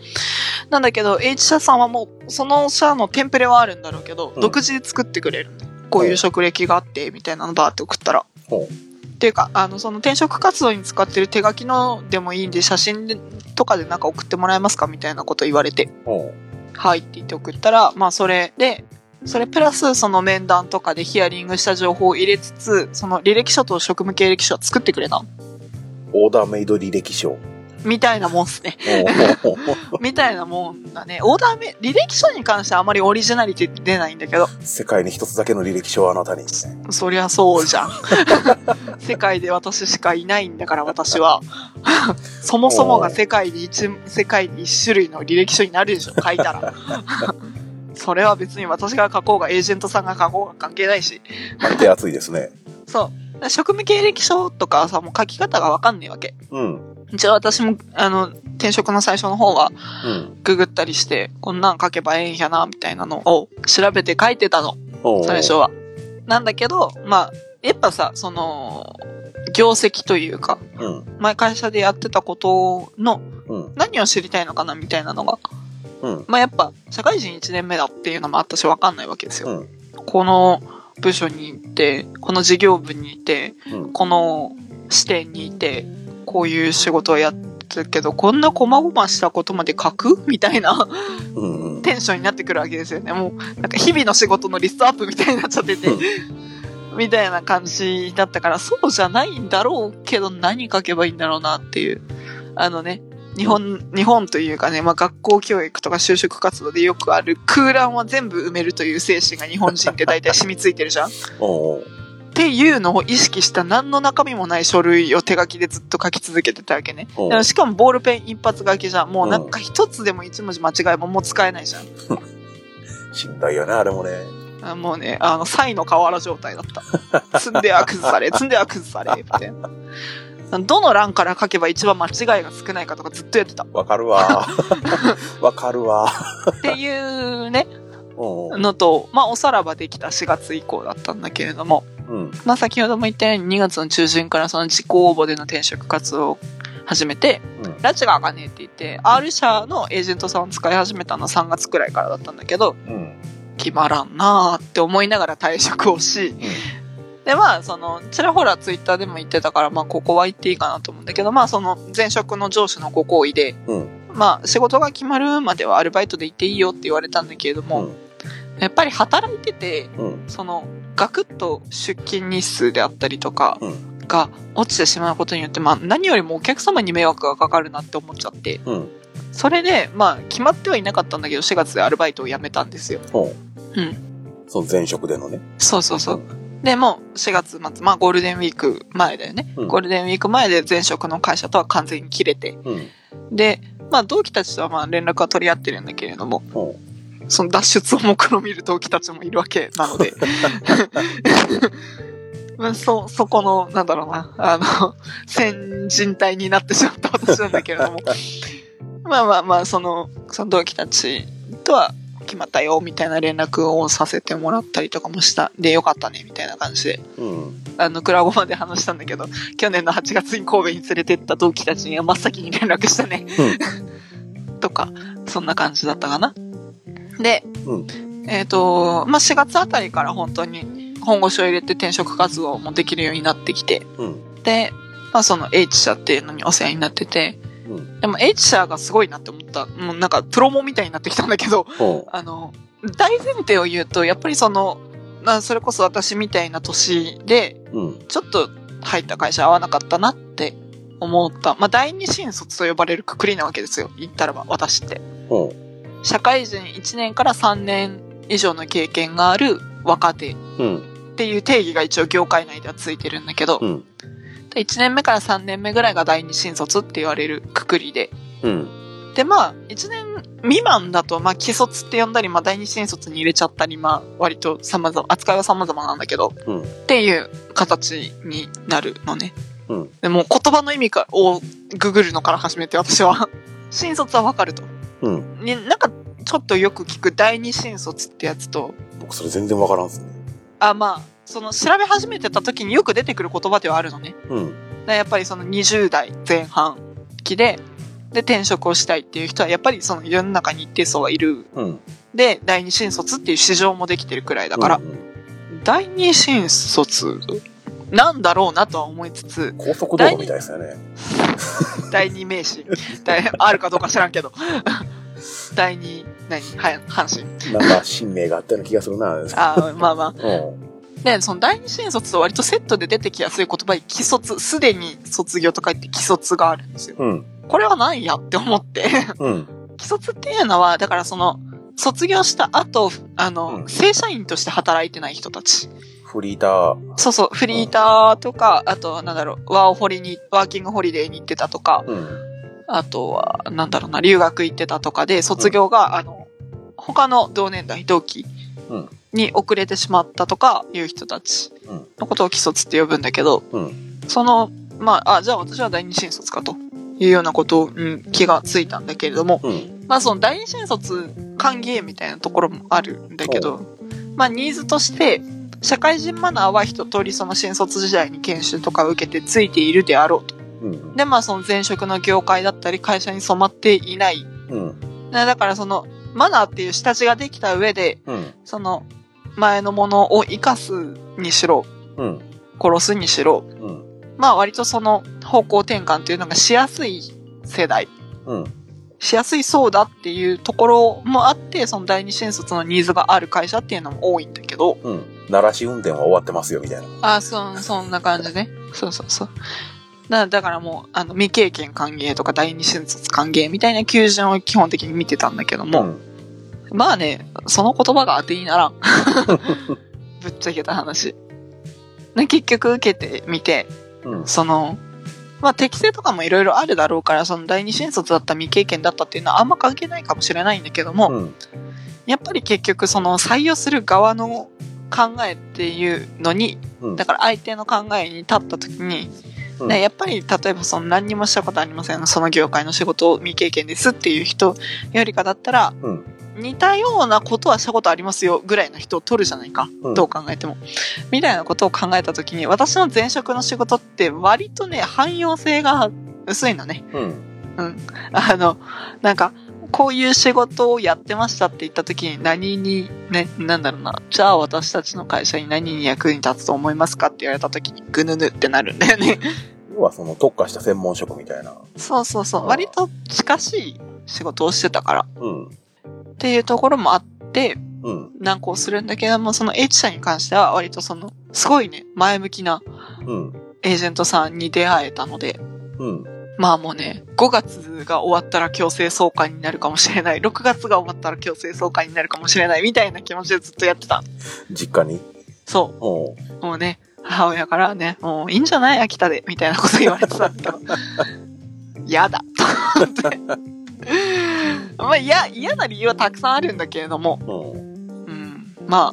S1: なんだけど、H 社さんはもう、その社のテンプレはあるんだろうけど、
S2: うん
S1: 独自で作ってくれるんだよこういう職歴があって、みたいなのバーって送ったら。
S2: ほ
S1: っていうか、あの、その転職活動に使ってる手書きのでもいいんで、写真でとかでなんか送ってもらえますかみたいなこと言われて、
S2: う。ほ
S1: はいって言って送ったら、まあそれで、それプラスその面談とかでヒアリングした情報を入れつつ、その履歴書と職務経歴書は作ってくれたの。
S2: う。オーダーメイド履歴書。
S1: みたいなもんっ すね。
S2: おー
S1: みたいなもんだね。オーダーメ、履歴書に関してはあまりオリジナリティ出ないんだけど、
S2: 世界に一つだけの履歴書をあなたに。
S1: そりゃそうじゃん。世界で私しかいないんだから私は。そもそもが世界に一、世界に一種類の履歴書になるでしょ、書いたら。それは別に私が書こうが、エージェントさんが書こうが関係ないし。
S2: まあ手厚いですね。
S1: そう。職務経歴書とかさ、もう書き方がわかんないわけ。
S2: うん。
S1: じゃあ私も、あの、転職の最初の方は、
S2: うん。
S1: ググったりして、こんなん書けばええんやな、みたいなのを調べて書いてたの、
S2: おー
S1: 最初。は。なんだけど、まあ、やっぱさ、その、業績というか、
S2: うん。
S1: 前会社でやってたことの
S2: うん。
S1: 何を知りたいのかな、みたいなのが、
S2: うん。
S1: まあやっぱ、社会人1年目だっていうのも私わかんないわけです
S2: う
S1: よ。
S2: ん。
S1: この部署に行って、この事業部にいて、
S2: うん。
S1: この視点にいて、こういう仕事をやってるけど、こんな細々したことまで書くみたいな。
S2: うん。うん。
S1: テンションになってくるわけですよね。もう、なんか日々の仕事のリストアップみたいになっちゃってて
S2: うん、
S1: みたいな感じだったから、そうじゃないんだろうけど、何書けばいいんだろうなっていう。あのね、日本、日本というかね、まあ学校教育とか就職活動でよくある空欄は全部埋めるという精神が日本人って大体染みついてるじゃんっ
S2: おー
S1: ていうのを意識した何の中身もない書類を手書きでずっと書き続けてたわけね。
S2: お
S1: だから
S2: ー
S1: しかもボールペン一発書きじゃん。もうなんか一つでも一文字間違えばもう使えないじゃん。
S2: しんどいよね、あれもね。
S1: あもうね、あの、サイの河原状態だった。積んでは崩され、積んでは崩され、みたいな。どの欄から書けば一番間違いが少ないかとかずっとやってた。
S2: わかるわ。わかるわ。
S1: っていうね、
S2: おー
S1: のと、まあ、おさらばできた4月以降だったんだけれども、
S2: うん。
S1: まあ、先ほども言ったように2月の中旬からその自己応募での転職活動を始めて、
S2: うん。
S1: 拉致が開かねえって言って、R 社のエージェントさんを使い始めたのは3月くらいからだったんだけど、
S2: うん。
S1: 決まらんなーって思いながら退職をし、でまあそのちらほらツイッターでも言ってたからまあここは言っていいかなと思うんだけどまあその前職の上司のご厚意で、
S2: うん。
S1: まあ仕事が決まるまではアルバイトで行っていいよって言われたんだけれど
S2: う
S1: も、
S2: ん。
S1: やっぱり働いてて
S2: うん。
S1: そのガクッと出勤日数であったりとか
S2: う
S1: が落ちてしまうことによってまあ何よりもお客様に迷惑がかかるなって思っちゃって
S2: うん。
S1: それでまあ決まってはいなかったんだけど4月でアルバイトを辞めたんですよ。
S2: おー
S1: うん
S2: その前職でのね。
S1: そうそうそう。で、もう4月末、まあゴールデンウィーク前だよね。
S2: うん
S1: ゴールデンウィーク前で前職の会社とは完全に切れて。
S2: うん。
S1: で、まあ同期たちとはまあ連絡は取り合ってるんだけれども、
S2: おー
S1: その脱出を目論みる同期たちもいるわけなので。 まあそ、そこの、なんだろうな、あの、先人隊になってしまった私なんだけれども。 まあまあまあ、その、その同期たちとは決まったよ、みたいな連絡をさせてもらったりとかもした。で、よかったね、みたいな感じで。
S2: うん。
S1: あの、クラゴまで話したんだけど、去年の8月に神戸に連れてった同期たちには真っ先に連絡したね。とか、そんな感じだったかな。で、
S2: うん
S1: えっ、と、まあ、4月あたりから本当に本腰を入れて転職活動もできるようになってきて、
S2: うん。
S1: で、まあ、その H 社っていうのにお世話になってて、
S2: うん。
S1: でも H 社がすごいなって思った。もうなんかプロモみたいになってきたんだけど、
S2: おー
S1: あの、大前提を言うと、やっぱりその、まあ、それこそ私みたいな年で、
S2: うん。
S1: ちょっと入った会社合わなかったなって思った。まあ、第二新卒と呼ばれるくくりなわけですよ。言ったらば、私って。
S2: おー
S1: 社会人1年から3年以上の経験がある若手っ
S2: うん。
S1: ていう定義が一応業界内ではついてるんだけど
S2: う、ん。
S1: 1年目から3年目ぐらいが第二新卒って言われるくくりで。
S2: うん。
S1: で、まあ、1年未満だと、まあ、既卒って呼んだり、まあ、第二新卒に入れちゃったり、まあ、割と様々、扱いは様々なんだけど、
S2: うん
S1: っていう形になるのね。
S2: うん
S1: でもう言葉の意味かをググるのから始めて私は新卒はわかると、
S2: うん
S1: ねなんかちょっとよく聞く第二新卒ってやつと
S2: 僕それ全然わからんっすね。
S1: あまあその調べ始めてた時によく出てくる言葉ではあるのね
S2: うん。
S1: だからやっぱりその20代前半期でで転職をしたいっていう人はやっぱりその世の中に一定層はいる
S2: うん。
S1: で第二新卒っていう市場もできてるくらいだから、
S2: うん
S1: 第二新卒なんだろうなとは思い つつ、
S2: 高速道路みたいですよね。
S1: 第二名神。第あるかどうか知らんけど。 第二、何は阪神。
S2: なんか、新名があったような気がするな。
S1: あーまあまあ。
S2: うん。
S1: で、その第二新卒と割とセットで出てきやすい言葉に、既卒、すでに卒業と書いて既卒があるんですよ。
S2: うん。
S1: これは何やって思って。
S2: うん。
S1: 既卒っていうのは、だからその、卒業した後、あの、
S2: うん
S1: 正社員として働いてない人たち。
S2: フリーター。
S1: そうそう、フリーターとか、あと、なんだろう、ワーホリに、ワーキングホリデーに行ってたとか、
S2: うん。
S1: あとは、なんだろうな、留学行ってたとかで、卒業が、あの、他の同年代、同期
S2: うん
S1: に遅れてしまったとかいう人たち
S2: うん
S1: のことを既卒って呼ぶんだけど、
S2: う
S1: その、まあ、あ、じゃあ私は第二新卒かというようなことに気がついたんだけれども、
S2: うん。
S1: まあその第二新卒歓迎みたいなところもあるんだけど、まあニーズとして、社会人マナーは一通りその新卒時代に研修とかを受けてついているであろうと。
S2: うん。
S1: で、まあその前職の業界だったり会社に染まっていない。
S2: うん。
S1: なだからそのマナーっていう下地ができた上で、
S2: うん。
S1: その前のものを活かすにしろ、
S2: うん。
S1: 殺すにしろ、
S2: うん。
S1: まあ割とその方向転換というのがしやすい世代、
S2: うん。
S1: しやすいそうだっていうところもあって、その第二新卒のニーズがある会社っていうのも多いんだけど、
S2: うん。鳴らし運転は終わってますよ、みたいな。
S1: あそ、そんな感じね。そうそうそう。だだからもう、あの、未経験歓迎とか第二新卒歓迎みたいな求人を基本的に見てたんだけども、
S2: ん。
S1: まあね、その言葉が当てにならん。ぶっちゃけた話。ね、結局受けてみて、
S2: うん。
S1: その、まあ適性とかもいろいろあるだろうから、その第二新卒だった未経験だったっていうのはあんま関係ないかもしれないんだけども、
S2: うん。
S1: やっぱり結局その採用する側の考えっていうのに、
S2: うん
S1: だから相手の考えに立った時に、
S2: うん
S1: ね、やっぱり例えばその何にもしたことありません、その業界の仕事を未経験ですっていう人よりかだったら、
S2: うん
S1: 似たようなことはしたことありますよぐらいの人を取るじゃないか、
S2: うん
S1: どう考えても。みたいなことを考えた時に、私の前職の仕事って割とね、汎用性が薄いのね。
S2: うん。
S1: あの、なんか、こういう仕事をやってましたって言った時に何に、ね、なんだろうな、じゃあ私たちの会社に何に役に立つと思いますかって言われた時にぐぬぬってなるんだよね。
S2: 要はその特化した専門職みたいな。
S1: そうそうそ
S2: あ
S1: う。
S2: ー
S1: 割と近しい仕事をしてたから
S2: うん。
S1: っていうところもあって
S2: うん。
S1: 難航するんだけども、その H 社に関しては割とその、すごいね、前向きな
S2: うん。
S1: エージェントさんに出会えたので、
S2: うん。
S1: まあもうね、5月が終わったら強制送還になるかもしれない、6月が終わったら強制送還になるかもしれない、みたいな気持ちでずっとやってた。
S2: 実家に。
S1: そ
S2: おう
S1: う。もうね、母親からね、もういいんじゃない秋田で、みたいなこと言われてたんだけど。 やだ、と思って。まあ、いや、嫌な理由はたくさんあるんだけれども、
S2: うん。
S1: うん、まあ。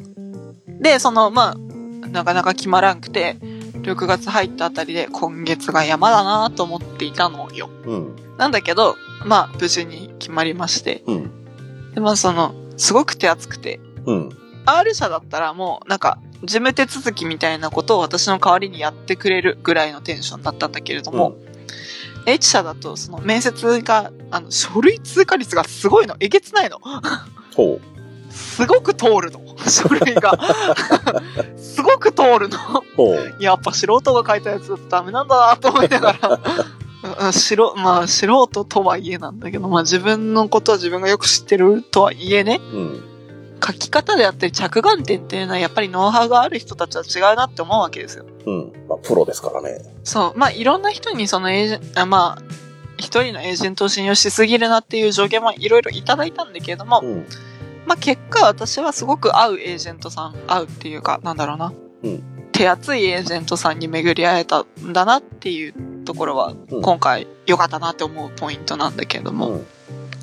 S1: で、その、まあ、なかなか決まらんくて、6月入ったあたりで今月が山だなと思っていたのよ。
S2: うん。
S1: なんだけど、まあ、無事に決まりまして。
S2: うん。
S1: で、まあ、その、すごく手厚くて、
S2: うん。
S1: R 社だったらもう、なんか、事務手続きみたいなことを私の代わりにやってくれるぐらいのテンションだったんだけれども、H 社だと、その、面接が、あの、書類通過率がすごいの。えげつないの。
S2: ほ
S1: すごく通るの。書類が。すごく通るの。
S2: う。ほう。
S1: やっぱ素人が書いたやつだとダメなんだなと思いながら。うん素人まあ、素人とはいえなんだけど、まあ自分のことは自分がよく知ってるとはいえね、
S2: うん。
S1: 書き方であったり着眼点っていうのはやっぱりノウハウがある人たちは違うなって思うわけですよ。
S2: うん。まあ、プロですからね。
S1: そう。まあいろんな人にそのエージェンあまあ、一人のエージェントを信用しすぎるなっていう助言もいろいろいただいたんだけれども、
S2: うん。
S1: まあ結果私はすごく合うエージェントさん、合うっていうか、なんだろうな。
S2: うん
S1: 手厚いエージェントさんに巡り会えたんだなっていうところは、
S2: うん
S1: 今回良かったなって思うポイントなんだけども、
S2: うん。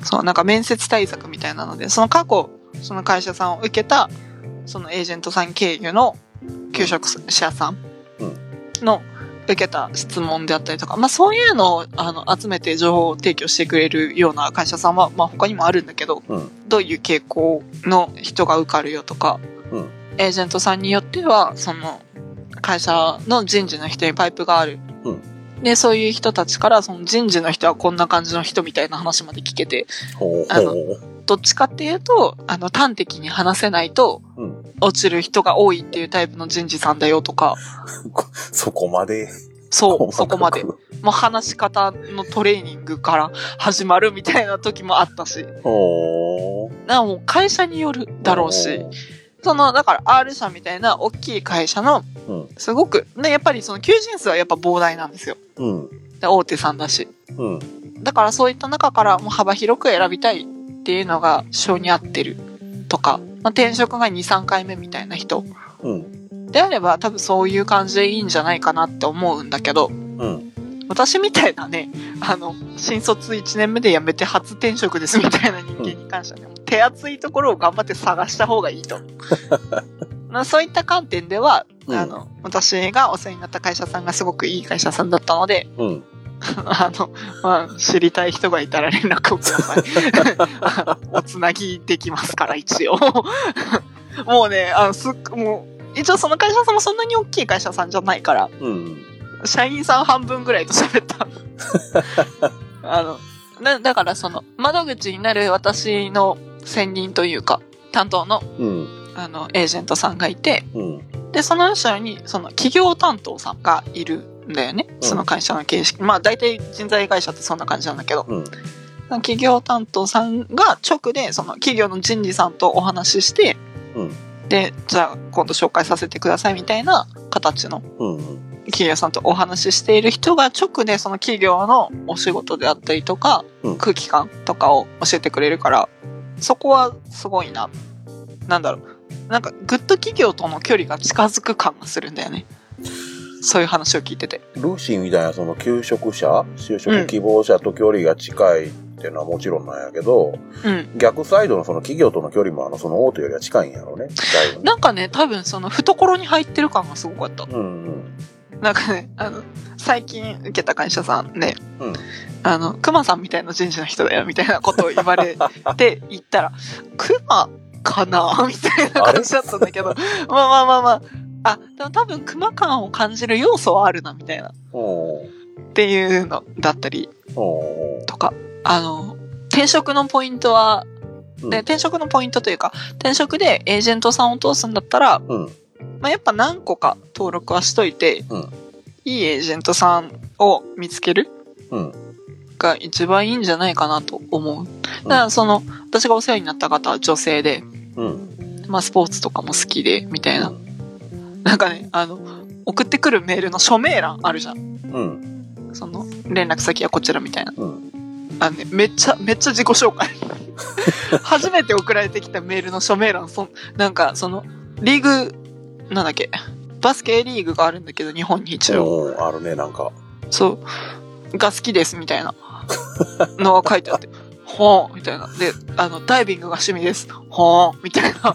S1: そう、なんか面接対策みたいなので、その過去、その会社さんを受けた、そのエージェントさん経由の求職者さん
S2: うん
S1: の受けた質問であったりとか、まあそういうのをあの集めて情報を提供してくれるような会社さんは、まあ他にもあるんだけど、
S2: うん。
S1: どういう傾向の人が受かるよとか、
S2: うん
S1: エージェントさんによっては、その、会社の人事の人にパイプがある。
S2: う
S1: で、そういう人たちから、その人事の人はこんな感じの人みたいな話まで聞けて、
S2: ほう。
S1: あの
S2: ほう。
S1: どっちかっていうと、あの、端的に話せないと
S2: うん、
S1: 落ちる人が多いっていうタイプの人事さんだよとか、
S2: こそこまで。
S1: そう、そこまで。
S2: 細か
S1: もう話し方のトレーニングから始まるみたいな時もあったし、だか
S2: くほう。
S1: らもう会社によるだろうし、その、だから R 社みたいな大きい会社の
S2: うん、
S1: すごく、ね、やっぱりその求人数はやっぱ膨大なんですよ。
S2: うん、
S1: で大手さんだし。
S2: うん。
S1: だからそういった中からもう幅広く選びたいっていうのが性に合ってるとか、まあ、転職が2、3回目みたいな人
S2: うん。
S1: であれば多分そういう感じでいいんじゃないかなって思うんだけど、
S2: うん。
S1: 私みたいなね、あの、新卒1年目で辞めて初転職ですみたいな人間に関してはね、もう手厚いところを頑張って探した方がい いと。まあそういった観点では、
S2: うん
S1: あの、私がお世話になった会社さんがすごくいい会社さんだったので、
S2: うん。
S1: あの、まあ、知りたい人がいたら連絡をください。おつなぎできますから、一応。もうね、あの、すっ、もう、一応その会社さんもそんなに大きい会社さんじゃないから、
S2: うん。
S1: 社員さん半分ぐらいと喋った。あの、な、だからその、窓口になる私の専任というか、担当の、
S2: うん。
S1: あの、エージェントさんがいて、
S2: うん。
S1: で、その後ろに、その、企業担当さんがいるんだよね。
S2: うん
S1: その会社の形式。まあ、大体人材会社ってそんな感じなんだけど、
S2: うん。
S1: その企業担当さんが直で、その、企業の人事さんとお話しして、
S2: うん
S1: で、じゃあ、今度紹介させてくださいみたいな形の
S2: うん。
S1: 企業さんとお話ししている人が直でその企業のお仕事であったりとか、
S2: うん
S1: 空気感とかを教えてくれるから、そこはすごいな。なんだろう。なんか、グッと企業との距離が近づく感がするんだよね。そういう話を聞いてて。
S2: ルーシーみたいなその求職者、就職希望者と距離が近いっていうのはもちろんなんやけど、
S1: うん。
S2: 逆サイドのその企業との距離もあのその大手よりは近いんやろうね。だいぶね。
S1: なんかね、多分その懐に入ってる感がすごかった。
S2: うんうん。
S1: なんかね、あの、最近受けた会社さんね、
S2: うん
S1: あの、熊さんみたいな人事の人だよ、みたいなことを言われて言っ たら、熊かなみたいな感じだったんだけど、まあまあまあまあ、あ、でも多分熊感を感じる要素はあるな、みたいな、
S2: おー
S1: っていうのだったり
S2: おー
S1: とか、あの、転職のポイントは、
S2: うん
S1: で、転職のポイントというか、転職でエージェントさんを通すんだったら、
S2: うん。
S1: まあ、やっぱ何個か登録はしといて、
S2: うん
S1: いいエージェントさんを見つける
S2: うん。
S1: が一番いいんじゃないかなと思う。だからその、私がお世話になった方は女性で、
S2: うん。
S1: まあスポーツとかも好きで、みたいな。なんかね、あの、送ってくるメールの署名欄あるじゃん。
S2: うん。
S1: その、連絡先はこちらみたいな。
S2: うん。
S1: あのね、めっちゃ、めっちゃ自己紹介。初めて送られてきたメールの署名欄、そんなんかその、リーグ、なんだっけ、バスケ A リーグがあるんだけど、日本に一応。
S2: おーあるね、なんか。
S1: そう、が好きですみたいなのが書いてあって、ほーんみたいな。で、あの、ダイビングが趣味です。ほーんみたいな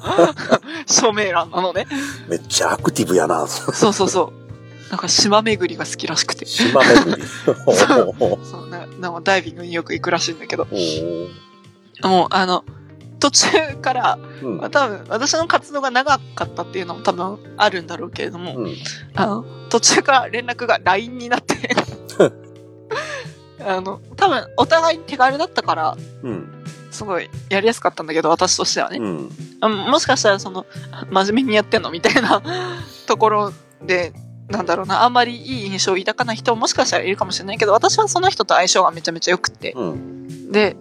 S1: 署名欄なのね。
S2: めっちゃアクティブやな。
S1: そうそうそう。なんか島巡りが好きらしくて。
S2: 島巡り。おーおー
S1: そうななんかダイビングによく行くらしいんだけど、
S2: おー
S1: もうあの、途中から、
S2: うん
S1: まあ、多分私の活動が長かったっていうのも多分あるんだろうけれども、
S2: うん。
S1: あの、途中から連絡が LINE になって、あの、多分お互いに手軽だったから、
S2: うん。
S1: すごいやりやすかったんだけど、私としてはね。
S2: うん。
S1: あもしかしたら、その、真面目にやってんのみたいな ところで、なんだろうな、あんまりいい印象を抱かない人ももしかしたらいるかもしれないけど、私はその人と相性がめちゃめちゃ良くて。
S2: うん。
S1: で、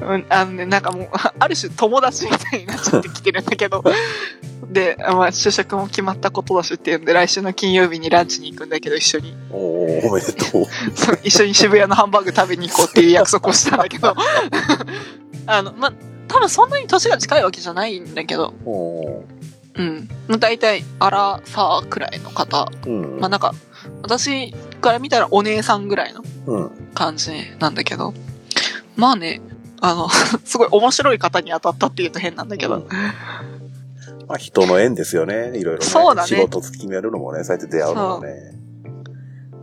S1: うん、あのね、なんかもう、ある種友達みたいになっちゃってきてるんだけど、で、まあ、就職も決まったことだしっていうんで、来週の金曜日にランチに行くんだけど、一緒に。
S2: おーおめでとう。
S1: そう 一緒に渋谷のハンバーグ食べに行こうっていう約束をしたんだけど あのまあ多分そんなに年が近いわけじゃないんだけど
S2: おー
S1: うんまあ大体アラサーくらいの方
S2: うん
S1: まあなんか私から見たらお姉さんぐらいの
S2: うん。
S1: 感じなんだけどまあねあの すごい面白い方に当たったっていうと変なんだけど、
S2: うんまあ人の縁ですよね。いろいろ、ね。
S1: そうだね
S2: 仕事決めるのもね、そうやって出会うのもね。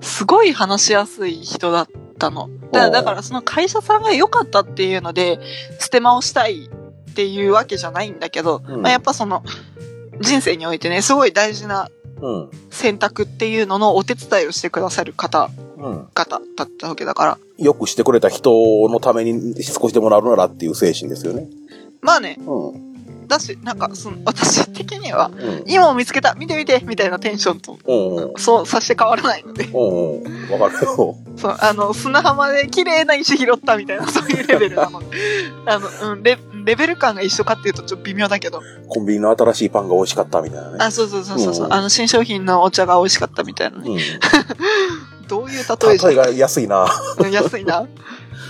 S1: すごい話しやすい人だったの。
S2: お
S1: だ
S2: う
S1: だからその会社さんが良かったっていうので、ステマをしたいっていうわけじゃないんだけど、
S2: うん
S1: まあ、やっぱその、人生においてね、すごい大事な
S2: うん。
S1: 選択っていうののお手伝いをしてくださる方
S2: うん。
S1: 々だったわけだから。
S2: よくしてくれた人のために少しでもなるならっていう精神ですよね。
S1: まあね、
S2: うん。う
S1: だし、なんかその、私的には、
S2: ん。
S1: 今を見つけた見て見てみたいなテンションと、
S2: うんうん。
S1: そうさして変わらないので、
S2: うんうん。わかるよ。
S1: そう、あの、砂浜で綺麗な石拾ったみたいな、そういうレベルなので、あの、うん、レ、レベル感が一緒かっていうとちょっと微妙だけど。
S2: コンビニの新しいパンが美味しかったみたいなね。
S1: あ、そうそうそうそうそう、
S2: うん
S1: あの、新商品のお茶が美味しかったみたいなね。
S2: うん。
S1: どういう例えじゃ
S2: 例えが安いな。
S1: ん安いな。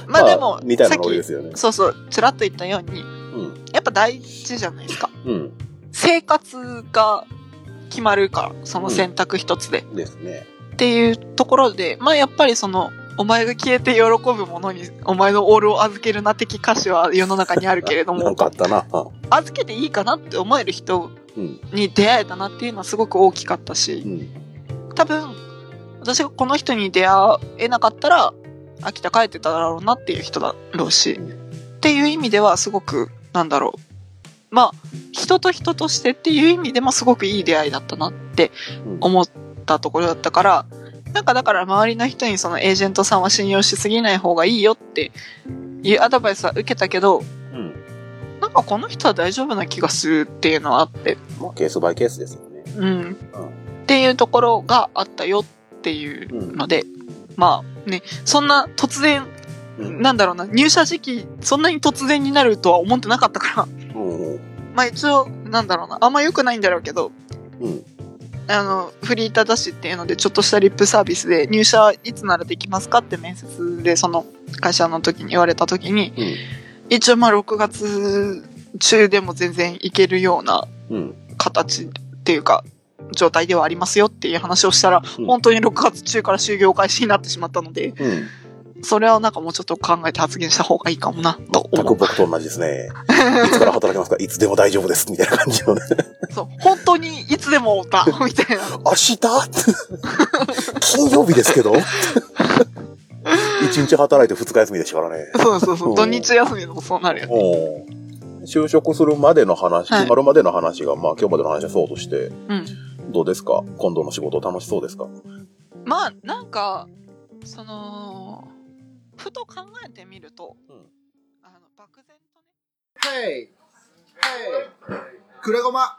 S1: まあでも、
S2: みたい
S1: さ
S2: な
S1: っ
S2: ノリで
S1: き、
S2: すよね。
S1: そうそう、ちらっと言ったように、
S2: うん。
S1: やっぱ大事じゃないですか。
S2: うん。
S1: 生活が決まるから、その選択一つで。
S2: ですね。
S1: っていうところで、まあやっぱりその、お前が消えて喜ぶものに、お前のオールを預けるな的歌詞は世の中にあるけれど
S2: な
S1: も
S2: ん、かあったな。
S1: 預けていいかなって思える人
S2: うん。
S1: に出会えたなっていうのはすごく大きかった
S2: う
S1: し、
S2: ん。
S1: 多分、私がこの人に出会えなかったら、秋田帰ってただろうなっていう人だろうし、
S2: うん
S1: っていう意味ではすごく、なんだろう。まあ、人と人としてっていう意味でもすごくいい出会いだったなって
S2: うん
S1: 思ったところだったから、なんかだから周りの人にそのエージェントさんは信用しすぎない方がいいよっていうアドバイスは受けたけど、
S2: うん。
S1: なんかこの人は大丈夫な気がするっていうのはあって、
S2: まあ、ケースバイケースですよね。
S1: うん。っていうところがあったよっていうので、まあね、そんな突然、
S2: うん。
S1: なんだろうな、入社時期、そんなに突然になるとは思ってなかったから、
S2: うん。
S1: まあ一応、なんだろうな、あんま良くないんだろうけど、
S2: うん。
S1: あの、フリータだしっていうので、ちょっとしたリップサービスで、入社いつならできますかって面接で、その会社の時に言われた時に、
S2: うん。
S1: 一応まあ6月中でも全然いけるような
S2: うん。
S1: 形っていうか、状態ではありますよっていう話をしたら、
S2: うん
S1: 本当に6月中から就業開始になってしまったので、
S2: うん。
S1: それはなんかもうちょっと考えて発言した方がいいかもな、と
S2: 全く
S1: 思う。
S2: 僕と同じです ね。いつから働けますかいつでも大丈夫です。みたいな感じのね。
S1: そう、本当にいつでもだ、みた いな。
S2: 明日金曜日です けど一日働いて二日休みでしたからね。
S1: そうそうそうう、
S2: ん
S1: 土日休みでもそうなるよね。
S2: おー就職するまでの話、
S1: はい
S2: 決まるまでの話が、まあ今日までの話はそうとして、
S1: うん。
S2: どうですか今度の仕事楽しそうですか
S1: まあなんかそのふと考えてみると、
S2: うん
S1: あの漠然とね
S3: はい。はい。黒ごま。